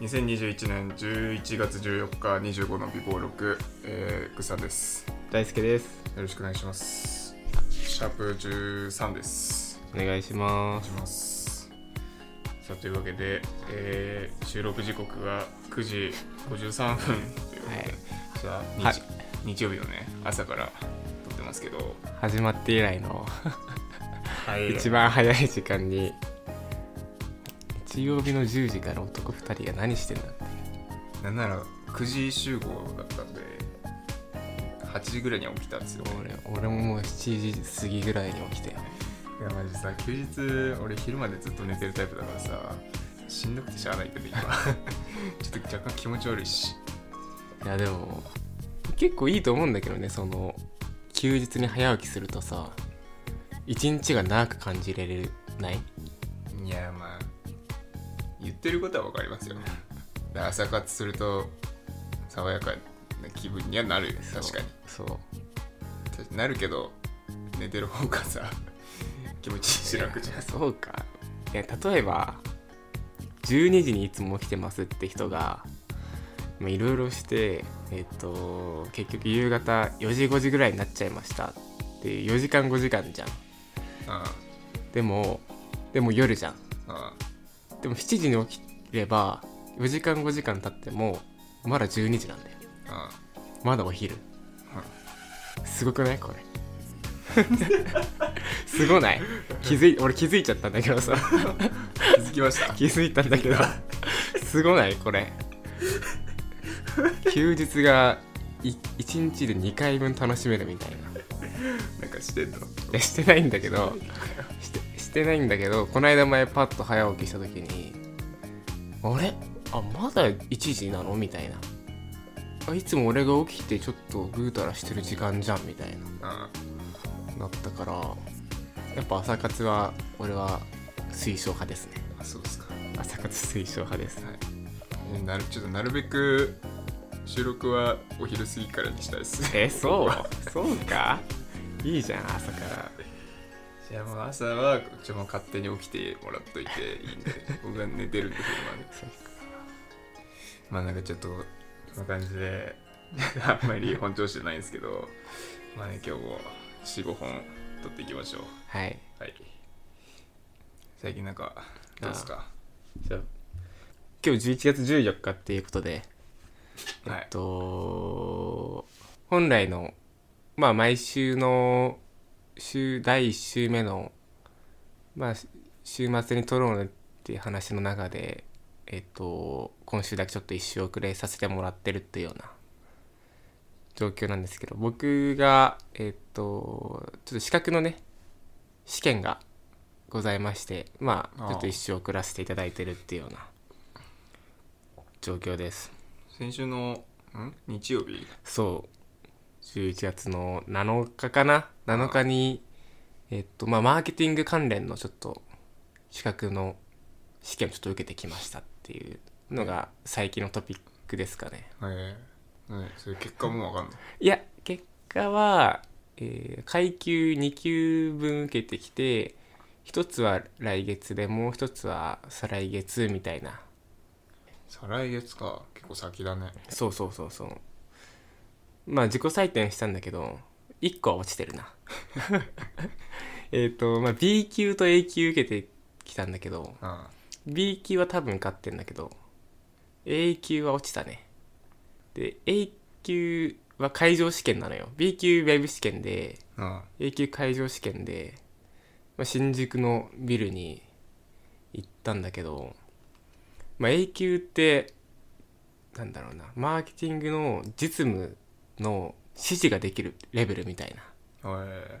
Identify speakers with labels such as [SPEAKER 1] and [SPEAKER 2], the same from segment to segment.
[SPEAKER 1] 2021年11月14日25の美貌録、えー、グッサンですよ
[SPEAKER 2] 大輔です
[SPEAKER 1] ろしくお願いしますシャープ13です
[SPEAKER 2] お願いし
[SPEAKER 1] お
[SPEAKER 2] ま
[SPEAKER 1] 願い
[SPEAKER 2] す
[SPEAKER 1] しますさあというわけで、えー、収録時刻が9時53分ということで、
[SPEAKER 2] はい
[SPEAKER 1] じゃあ、
[SPEAKER 2] はい
[SPEAKER 1] 日日曜日のね朝から撮ってますけど、
[SPEAKER 2] 始まって以来の
[SPEAKER 1] はい
[SPEAKER 2] 一番早い時間に日曜日の10時から男2人が何してんだって
[SPEAKER 1] なんなら9時集合だったんで8時ぐらいには起きたんですよ
[SPEAKER 2] 俺俺ももう7時過ぎぐらいに起きて
[SPEAKER 1] いやマジさ休日俺昼までずっと寝てるタイプだからさしんどくてしゃあないけど今 ちょっと若干気持ち悪いし
[SPEAKER 2] いやでも結構いいと思うんだけどねその休日に早起きするとさ一日が長く感じれるない
[SPEAKER 1] いやまあ言ってることは分かりますよだ朝活すると爽やかな気分にはなるよ確かに
[SPEAKER 2] そうそう
[SPEAKER 1] 確かになるけど寝てる方がさ 気持ちいいし楽じゃん
[SPEAKER 2] いや そうかいや例えば12時にいつも起きてますって人がまあいろいろして、えっと結局夕方4時5時ぐらいになっちゃいましたっていう4時間5時間じゃん
[SPEAKER 1] あ
[SPEAKER 2] でもでも夜じゃん
[SPEAKER 1] ああ
[SPEAKER 2] でも7時に起きれば4時間5時間経ってもまだ12時なんだよ
[SPEAKER 1] ああ
[SPEAKER 2] まだお昼
[SPEAKER 1] あ
[SPEAKER 2] すごくないこれ すごない気づい俺気づいちゃったんだけどさ
[SPEAKER 1] 気づきました
[SPEAKER 2] 気づいたんだ けどすごないこれ休日がい1日で2回分楽しめるみたいない
[SPEAKER 1] なんかしてんの
[SPEAKER 2] やしてないんだけどしてしてないんだけどこの間前パッと早起きした時にあれあまだ1時なのみたいなあいつも俺が起きてちょっとぐうたらしてる時間じゃんみたい
[SPEAKER 1] あ
[SPEAKER 2] ななったからやっぱ朝活は俺は推奨派ですね
[SPEAKER 1] あそうですか
[SPEAKER 2] 朝活推奨派です
[SPEAKER 1] はいえなるちょっとなるべく収録はお昼過ぎからにしたいです
[SPEAKER 2] え そうそうかいいじゃん朝から
[SPEAKER 1] じゃあもう朝はこっちも勝手に起きてもらっといていい んで僕が寝てるんで昼まで
[SPEAKER 2] そう
[SPEAKER 1] まあなんかちょっとそんな感じで あんまり本調子じゃないんですけどまあね今日も45本撮っていきましょう
[SPEAKER 2] はい
[SPEAKER 1] はい最近なんかどうですか
[SPEAKER 2] じゃあ今日11月14日っていうことで
[SPEAKER 1] は
[SPEAKER 2] え
[SPEAKER 1] い
[SPEAKER 2] っと本来のまあ毎週の週第1週目のまあし週末に撮ろうねっていう話の中でえっと今週だけちょっと一周遅れさせてもらってるっていうような状況なんですけど僕がえっとちょっと資格のね試験がございましてま
[SPEAKER 1] あ
[SPEAKER 2] あ
[SPEAKER 1] あ
[SPEAKER 2] ちょっと一周遅らせていただいてるっていうような状況です
[SPEAKER 1] 先週のん日曜日
[SPEAKER 2] そう11月の7日かな7日にえっとまあマーケティング関連のちょっと資格の試験をちょっと受けてきましたっていうのが最近のトピックですかね
[SPEAKER 1] ええねそれ結果もうわかんない
[SPEAKER 2] いや結果は、えー階級2級分受けてきて一つは来月でもう一つは再来月みたいな
[SPEAKER 1] 再来月か結構先だね
[SPEAKER 2] そうそうそうそうまあ自己採点したんだけど1個は落ちてるな えっとまあ B 級と A 級受けてきたんだけど
[SPEAKER 1] ああ
[SPEAKER 2] B 級は多分勝ってんだけど A 級は落ちたねで A 級は会場試験なのよ B 級ウェブ試験で
[SPEAKER 1] あ
[SPEAKER 2] A 級会場試験で、まあ、新宿のビルに行ったんだけど、まあ、A 級ってなんだろうなマーケティングの実務の指示ができるレベルみたいな
[SPEAKER 1] あえ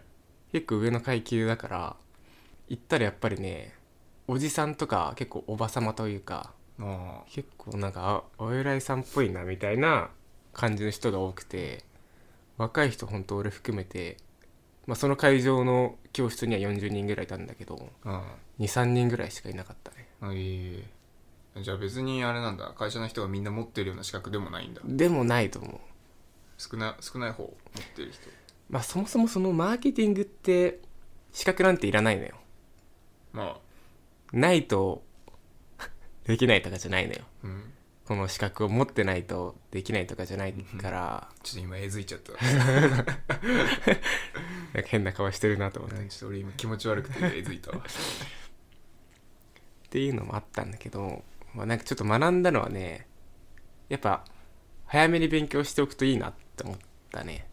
[SPEAKER 2] 結構上の階級だから行ったらやっぱりねおじさんとか結構おばさまというか
[SPEAKER 1] えあ
[SPEAKER 2] 結構なんかあお偉いさんっぽいなみたいな感じの人が多くて若い人ほんと俺含めて、まあ、その会場の教室には40人ぐらいいたんだけど
[SPEAKER 1] ああ
[SPEAKER 2] 23人ぐらいしかいなかったね
[SPEAKER 1] あいいじゃあ別にあれなんだ会社の人がみんな持ってるような資格でもないんだ
[SPEAKER 2] でもないと思う
[SPEAKER 1] 少な少ない方持ってる人
[SPEAKER 2] まあそもそもそのマーケティングって資格なんていらないのよ
[SPEAKER 1] まあ
[SPEAKER 2] ないとできないとかじゃないのよ
[SPEAKER 1] うん
[SPEAKER 2] この資格を持ってないとできないとかじゃないから
[SPEAKER 1] ちょっと今えずいちゃった
[SPEAKER 2] なんか変な顔してるなと思って、っ
[SPEAKER 1] ちょっと俺今気持ち悪くてえずいたわ
[SPEAKER 2] ていうのもあったんだけど、まあ、なんかちょっと学んだのはねやっぱ早めに勉強しておくといいなって思ったね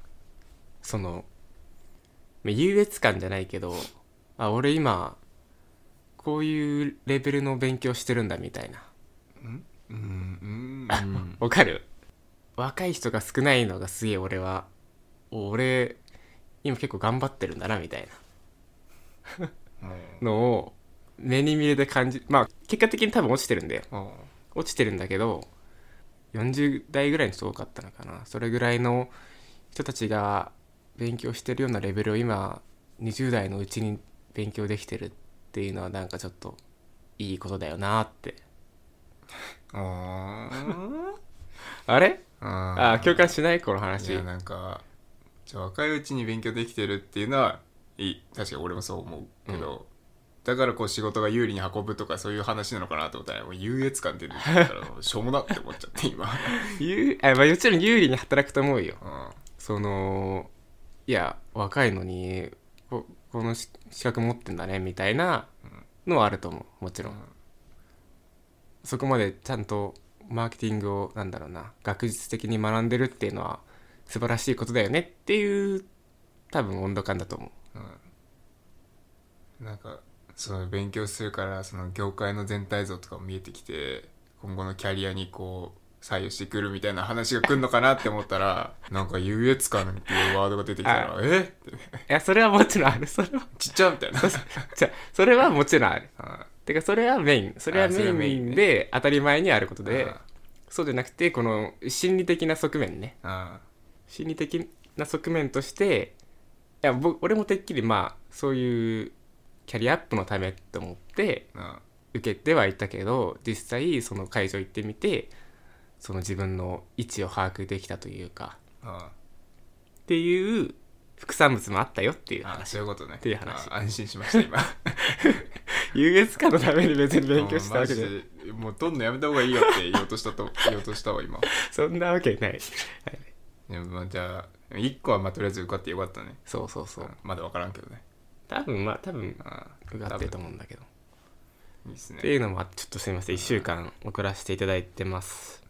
[SPEAKER 2] そのまあ優越感じゃないけどあ俺今こういうレベルの勉強してるんだみたいな
[SPEAKER 1] うんうんうん
[SPEAKER 2] わかる若い人が少ないのがすげえ俺はお俺今結構頑張ってるんだなみたいな
[SPEAKER 1] もう
[SPEAKER 2] のを目に見えて感じまあ結果的に多分落ちてるんだよ
[SPEAKER 1] あ
[SPEAKER 2] 落ちてるんだけど40代ぐらいの人多かったのかなそれぐらいの人たちが勉強してるようなレベルを今20代のうちに勉強できてるっていうのはなんかちょっといいことだよなって
[SPEAKER 1] あー
[SPEAKER 2] あれ
[SPEAKER 1] あ
[SPEAKER 2] あ共感しないこの
[SPEAKER 1] い
[SPEAKER 2] 話
[SPEAKER 1] やなんかじゃあ若いうちに勉強できてるっていうのはいい確かに俺もそう思うけど、だからこう仕事が有利に運ぶとかそういう話なのかなと思ったらもう優越感出てき たからもうしょうもなって思っちゃって 今、
[SPEAKER 2] ゆあまあもちろん有利に働くと思うよ
[SPEAKER 1] うん、
[SPEAKER 2] そのいや若いのにここのし資格持ってんだねみたいなのはあると思うもちろん、
[SPEAKER 1] うん
[SPEAKER 2] そこまでちゃんとマーケティングをなんだろうな学術的に学んでるっていうのは素晴らしいことだよねっていう多分温度感だと思う
[SPEAKER 1] なんかそう勉強するからその業界の全体像とかも見えてきて今後のキャリアにこう採用してくるみたいな話が来るのかなって思った らなんか優越感っていうワードが出てきたら「えっ?」て
[SPEAKER 2] いやそれはもちろんあるそれは
[SPEAKER 1] ちっちゃみたい な。
[SPEAKER 2] じゃそれはもちろんある
[SPEAKER 1] あ
[SPEAKER 2] てかそれはメインそれは
[SPEAKER 1] あそれは
[SPEAKER 2] メ
[SPEAKER 1] メ
[SPEAKER 2] イ
[SPEAKER 1] イ
[SPEAKER 2] ン
[SPEAKER 1] ンね
[SPEAKER 2] で当たり前にあることで
[SPEAKER 1] あ
[SPEAKER 2] そうじゃなくてこの心理的な側面ね
[SPEAKER 1] あ
[SPEAKER 2] 心理的な側面としていや僕俺もてっきりまあそういうキャリアアップのためと思って
[SPEAKER 1] あ
[SPEAKER 2] 受けてはいたけど実際その会場行ってみてその自分の位置を把握できたというか
[SPEAKER 1] あ
[SPEAKER 2] っていう副産物もあったよっていう
[SPEAKER 1] あ
[SPEAKER 2] 話
[SPEAKER 1] そういうことね。
[SPEAKER 2] っていう話
[SPEAKER 1] あ安心しました、今。
[SPEAKER 2] 優越感のために別に 勉強したわけ
[SPEAKER 1] もう
[SPEAKER 2] で
[SPEAKER 1] マジでもう取んのやめた方がいいよって言おうとした と、言おうとしたわ、今。
[SPEAKER 2] そんなわ けない
[SPEAKER 1] でもまあじゃあ、1個はまあとりあえず受かってよかったね。
[SPEAKER 2] そうそうそう
[SPEAKER 1] うんまだ分からんけどね。
[SPEAKER 2] 多分まあ多分
[SPEAKER 1] あ
[SPEAKER 2] 受かってると思うんだけど
[SPEAKER 1] いいっす
[SPEAKER 2] って
[SPEAKER 1] ね。
[SPEAKER 2] いうのもあってちょっとすいません1週間送らせていただいてます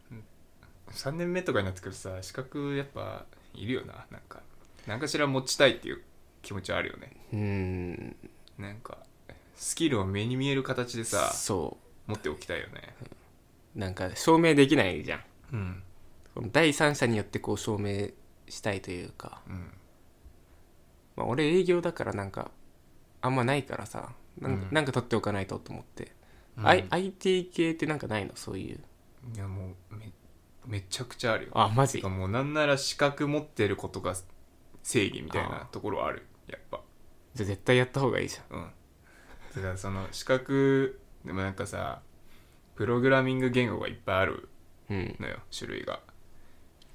[SPEAKER 1] 3年目とかになってくるとさ、資格やっぱいるよな、なんか。何かしら持ちたいっていう気持ちはあるよね。
[SPEAKER 2] うーん
[SPEAKER 1] なんか、スキルを目に見える形でさ、
[SPEAKER 2] そ
[SPEAKER 1] 持っておきたいよね。
[SPEAKER 2] うなんか証明できないじゃん
[SPEAKER 1] うん。
[SPEAKER 2] この第三者によってこう証明したいというか
[SPEAKER 1] うん。
[SPEAKER 2] まあ、俺営業だからなんかあんまないからさなんか,、
[SPEAKER 1] うん
[SPEAKER 2] なんか取っておかないとと思って、
[SPEAKER 1] うん
[SPEAKER 2] あい IT 系ってなんかないのそういう
[SPEAKER 1] いやもうめめちゃくちゃあるよ
[SPEAKER 2] あマ
[SPEAKER 1] て
[SPEAKER 2] ジ
[SPEAKER 1] かもうなんなら資格持ってることが正義みたい
[SPEAKER 2] あー
[SPEAKER 1] なところはあるやっぱ
[SPEAKER 2] じゃあ絶対やった方がいいじゃ
[SPEAKER 1] うん だからその資格でもなんかさプログラミング言語がいっぱいある
[SPEAKER 2] んうん
[SPEAKER 1] のよ種類が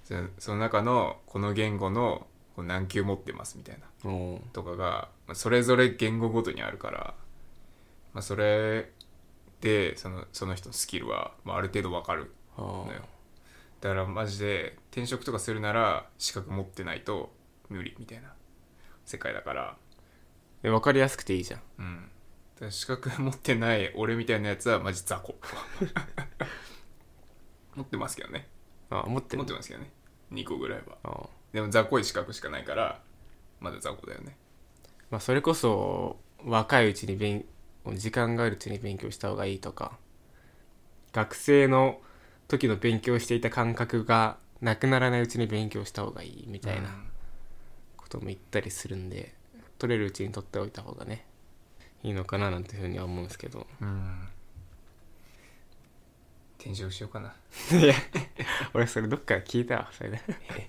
[SPEAKER 1] そその中のこの言語のこう何級持ってますみたいな
[SPEAKER 2] おー
[SPEAKER 1] とかが、まあ、それぞれ言語ごとにあるから、まあ、それでそのその人のスキルは、まあ、ある程度わかる
[SPEAKER 2] あー
[SPEAKER 1] のよだからマジで転職とかするなら資格持ってないと無理みたいな世界だから
[SPEAKER 2] え分かりやすくていいじゃん
[SPEAKER 1] うんだから資格持ってない俺みたいなやつはマジ雑魚 持ってますけどね
[SPEAKER 2] あー持ってる
[SPEAKER 1] 持ってますけどね2個ぐらいは
[SPEAKER 2] あー
[SPEAKER 1] でも雑魚い資格しかないからまだ雑魚だよね
[SPEAKER 2] まあ、それこそ若いうちに勉時間があるうちに勉強した方がいいとか学生の時の勉強していた感覚がなくならないうちに勉強した方がいいみたいな、ことも言ったりするんで取れるうちに取っておいた方がねいいのかななんていうふうには思うんですけど
[SPEAKER 1] うん、うん、転職しようかない
[SPEAKER 2] や 俺それどっかで聞いたわそれで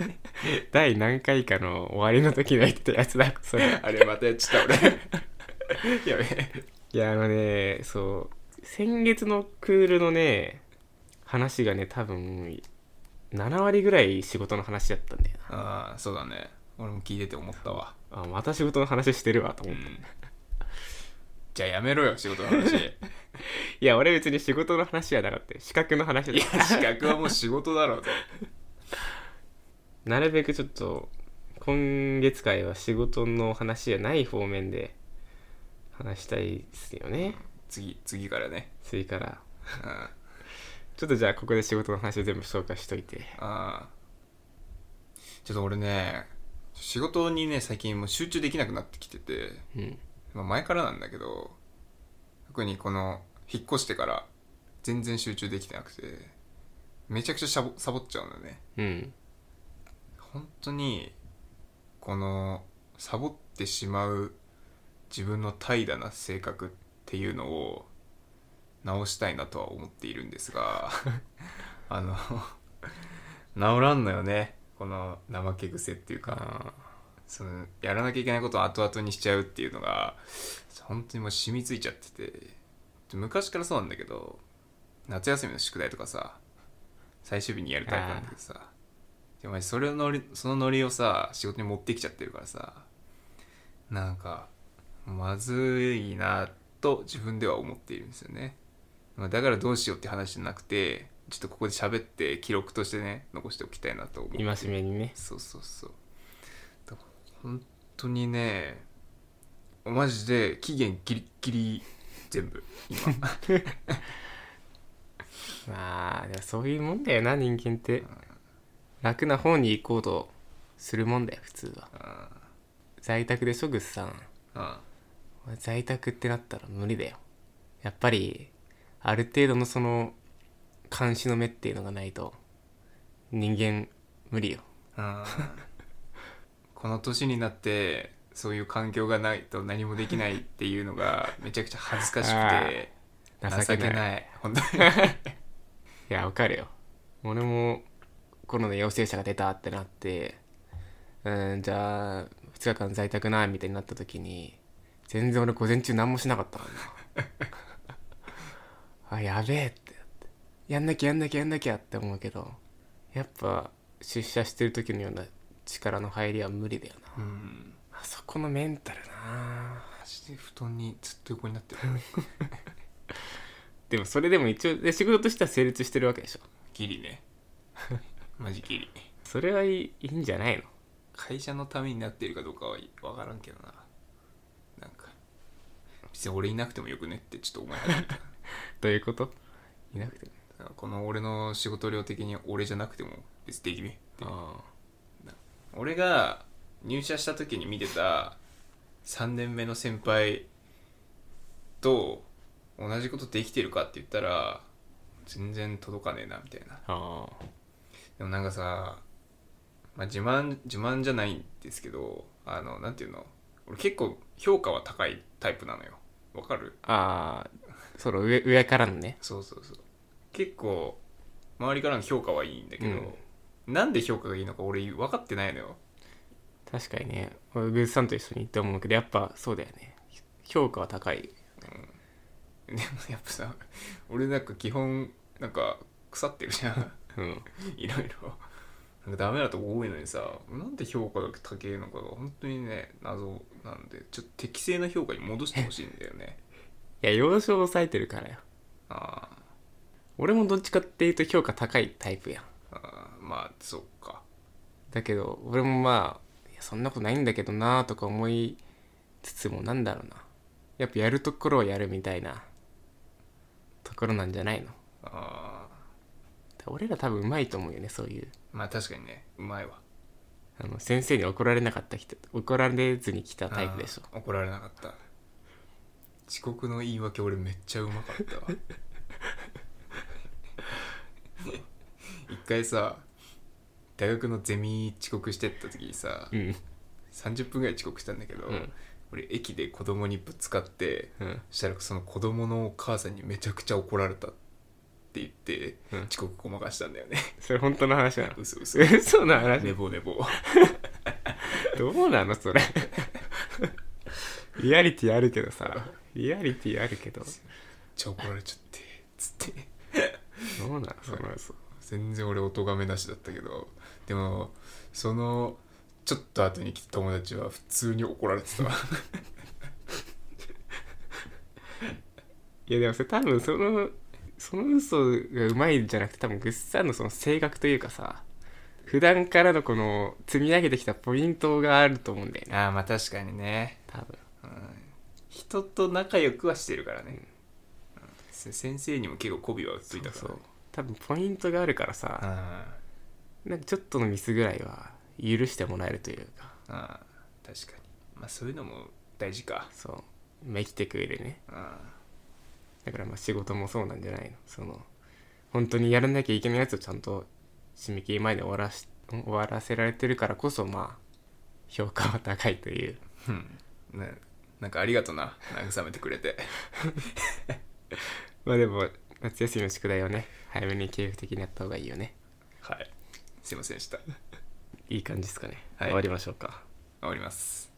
[SPEAKER 2] 第何回かの終わりの時の言ってたやつだそれ
[SPEAKER 1] あれまたやっちゃった俺 やべえ
[SPEAKER 2] いやあのねそう先月のクールのね話がね多分7割ぐらい仕事の話だったんだよ
[SPEAKER 1] ああそうだね俺も聞いてて思ったわ
[SPEAKER 2] なあまた仕事の話してるわと
[SPEAKER 1] う
[SPEAKER 2] 思って、
[SPEAKER 1] ん じゃあやめろよ仕事の話 い
[SPEAKER 2] いや俺別に仕事の話じゃなかったよ資格の話だっ
[SPEAKER 1] や資格はもう仕事だろうと
[SPEAKER 2] たなるべくちょっと今月会は仕事の話じゃない方面で話したいですよね
[SPEAKER 1] 次次からね、
[SPEAKER 2] 次から
[SPEAKER 1] うん、あ
[SPEAKER 2] ちょっとじゃあここで仕事の話を全部消化しといて
[SPEAKER 1] あちょっと俺ね仕事にね最近もう集中できなくなってきてて、
[SPEAKER 2] うん
[SPEAKER 1] まあ、前からなんだけど特にこの引っ越してから全然集中できてなくてめちゃくちゃサボサボっちゃうんだよね
[SPEAKER 2] うん
[SPEAKER 1] 本当にこのサボってしまう自分の怠惰な性格っていうのを直したいなとは思っているんですが あの治らんのよねこの怠け癖っていうか
[SPEAKER 2] あ
[SPEAKER 1] そのやらなきゃいけないことを後々にしちゃうっていうのが本当にもう染みついちゃってて昔からそうなんだけど夏休みの宿題とかさ最終日にやるタイプなんだけどさでお前それをノリそのノリをさ仕事に持ってきちゃってるからさなんかまずいなと自分では思っているんですよね、まあ、だからどうしようって話じゃなくてちょっとここで喋って記録としてね残しておきたいなと思って
[SPEAKER 2] 戒めにね
[SPEAKER 1] そうそうそうだから本当にねマジで期限ギリッギリ全部今
[SPEAKER 2] まあでもそういうもんだよな人間って楽な方に行こうとするもんだよ普通は
[SPEAKER 1] あ
[SPEAKER 2] 在宅でしょぐっさん
[SPEAKER 1] あ
[SPEAKER 2] 在宅ってなったら無理だよやっぱりある程度のその監視の目っていうのがないと人間無理よ
[SPEAKER 1] ああこの年になってそういう環境がないと何もできないっていうのがめちゃくちゃ恥ずかしくて
[SPEAKER 2] 情けない
[SPEAKER 1] 情け
[SPEAKER 2] い
[SPEAKER 1] ない本 当に
[SPEAKER 2] やわかるよ俺もコロナ陽性者が出たってなってうんじゃあ2日間在宅なみたいになった時に全然俺午前中何もしなかったもんな あやべえってなってやんなきゃやんなきゃやんなきゃって思うけどやっぱ出社してる時のような力の入りは無理だよな
[SPEAKER 1] うん
[SPEAKER 2] あそこのメンタルな
[SPEAKER 1] マジで布団にずっと横になってる
[SPEAKER 2] でもそれでも一応で仕事としては成立してるわけでしょ
[SPEAKER 1] ギリねマジギリ
[SPEAKER 2] それはいいいいんじゃないの
[SPEAKER 1] 会社のためになっているかどうかは分からんけどななんか別に俺いなくてもよくねってちょっと思い始めただ
[SPEAKER 2] どういうこといなくても
[SPEAKER 1] からこの俺の仕事量的に俺じゃなくても別にできねえって
[SPEAKER 2] あ
[SPEAKER 1] 俺が入社した時に見てた3年目の先輩と同じことできてるかって言ったら全然届かねえなみたいな
[SPEAKER 2] あ
[SPEAKER 1] でもなんかさ、まあ、自慢自慢じゃないんですけどあのなんていうの俺結構評価は高いタイプなのよわかる
[SPEAKER 2] あーその上上からのね
[SPEAKER 1] そうそうそう結構周りからの評価はいいんだけど、
[SPEAKER 2] う
[SPEAKER 1] なんで評価がいいのか俺分かってないのよ
[SPEAKER 2] 確かにね俺グースさんと一緒に行って思うけどやっぱそうだよね評価は高い
[SPEAKER 1] でもやっぱさ俺なんか基本なんか腐ってるじゃ ん
[SPEAKER 2] うん
[SPEAKER 1] いろいろなんかダメなとこ多いのにさなんで評価が高いのかが本当にね謎なんでちょっと適正な評価に戻してほしいんだよ ね
[SPEAKER 2] いや要所を抑えてるからよ
[SPEAKER 1] ああ
[SPEAKER 2] 俺もどっちかっていうと評価高いタイプやん
[SPEAKER 1] あーまあそっか
[SPEAKER 2] だけど俺もまあいやそんなことないんだけどなとか思いつつもなんだろうなやっぱやるところをやるみたいなところなんじゃないの
[SPEAKER 1] あー
[SPEAKER 2] 俺ら多分うまいと思うよねそういう
[SPEAKER 1] まあ確かにねうまいわ
[SPEAKER 2] あの先生に怒られなかった人怒られずに来たタイプでしょ
[SPEAKER 1] あー怒られなかった遅刻の言い訳俺めっちゃうまかったわ一回さ大学のゼミ遅刻してった時にさ、
[SPEAKER 2] うん
[SPEAKER 1] 30分ぐらい遅刻したんだけど、
[SPEAKER 2] うん
[SPEAKER 1] 俺駅で子供にぶつかって
[SPEAKER 2] うん
[SPEAKER 1] そしたらその子供のお母さんにめちゃくちゃ怒られたって言って、
[SPEAKER 2] うん
[SPEAKER 1] 遅刻ごまかしたんだよね
[SPEAKER 2] それ本当の話なの
[SPEAKER 1] 嘘嘘
[SPEAKER 2] 嘘の話
[SPEAKER 1] 寝坊寝坊
[SPEAKER 2] どうなのそれリアリティあるけどさリアリティあるけど
[SPEAKER 1] めっちゃ怒られちゃってつって
[SPEAKER 2] どうなのその
[SPEAKER 1] 全然俺お咎めなしだったけどでもそのちょっ と後に来た友達は普通に怒られてたわ
[SPEAKER 2] いやでもそれ多分そのその嘘がうまいんじゃなくて多分ぐっさんのその性格というかさ普段からのこの積み上げてきたポイントがあると思うんだよね
[SPEAKER 1] ああまあ確かにね
[SPEAKER 2] 多分
[SPEAKER 1] 人と仲良くはしてるからね、うんせ先生にも結構媚びはついたから
[SPEAKER 2] そう多分ポイントがあるからさ、
[SPEAKER 1] あ
[SPEAKER 2] なんかちょっとのミスぐらいは許してもらえるというか
[SPEAKER 1] あ確かにまあそういうのも大事か
[SPEAKER 2] そうまあ生きていく上でね
[SPEAKER 1] あ
[SPEAKER 2] だからまあ仕事もそうなんじゃないのその本当にやらなきゃいけないやつをちゃんと締め切り前で終わらし終わらせられてるからこそまあ評価は高いという
[SPEAKER 1] あななんかありがとな慰めてくれ て
[SPEAKER 2] まあでも夏休みの宿題をね早めに計画的にやった方がいいよね
[SPEAKER 1] はいすいませんでした
[SPEAKER 2] いい感じですかね、
[SPEAKER 1] はい
[SPEAKER 2] 終わりましょうか
[SPEAKER 1] 終わります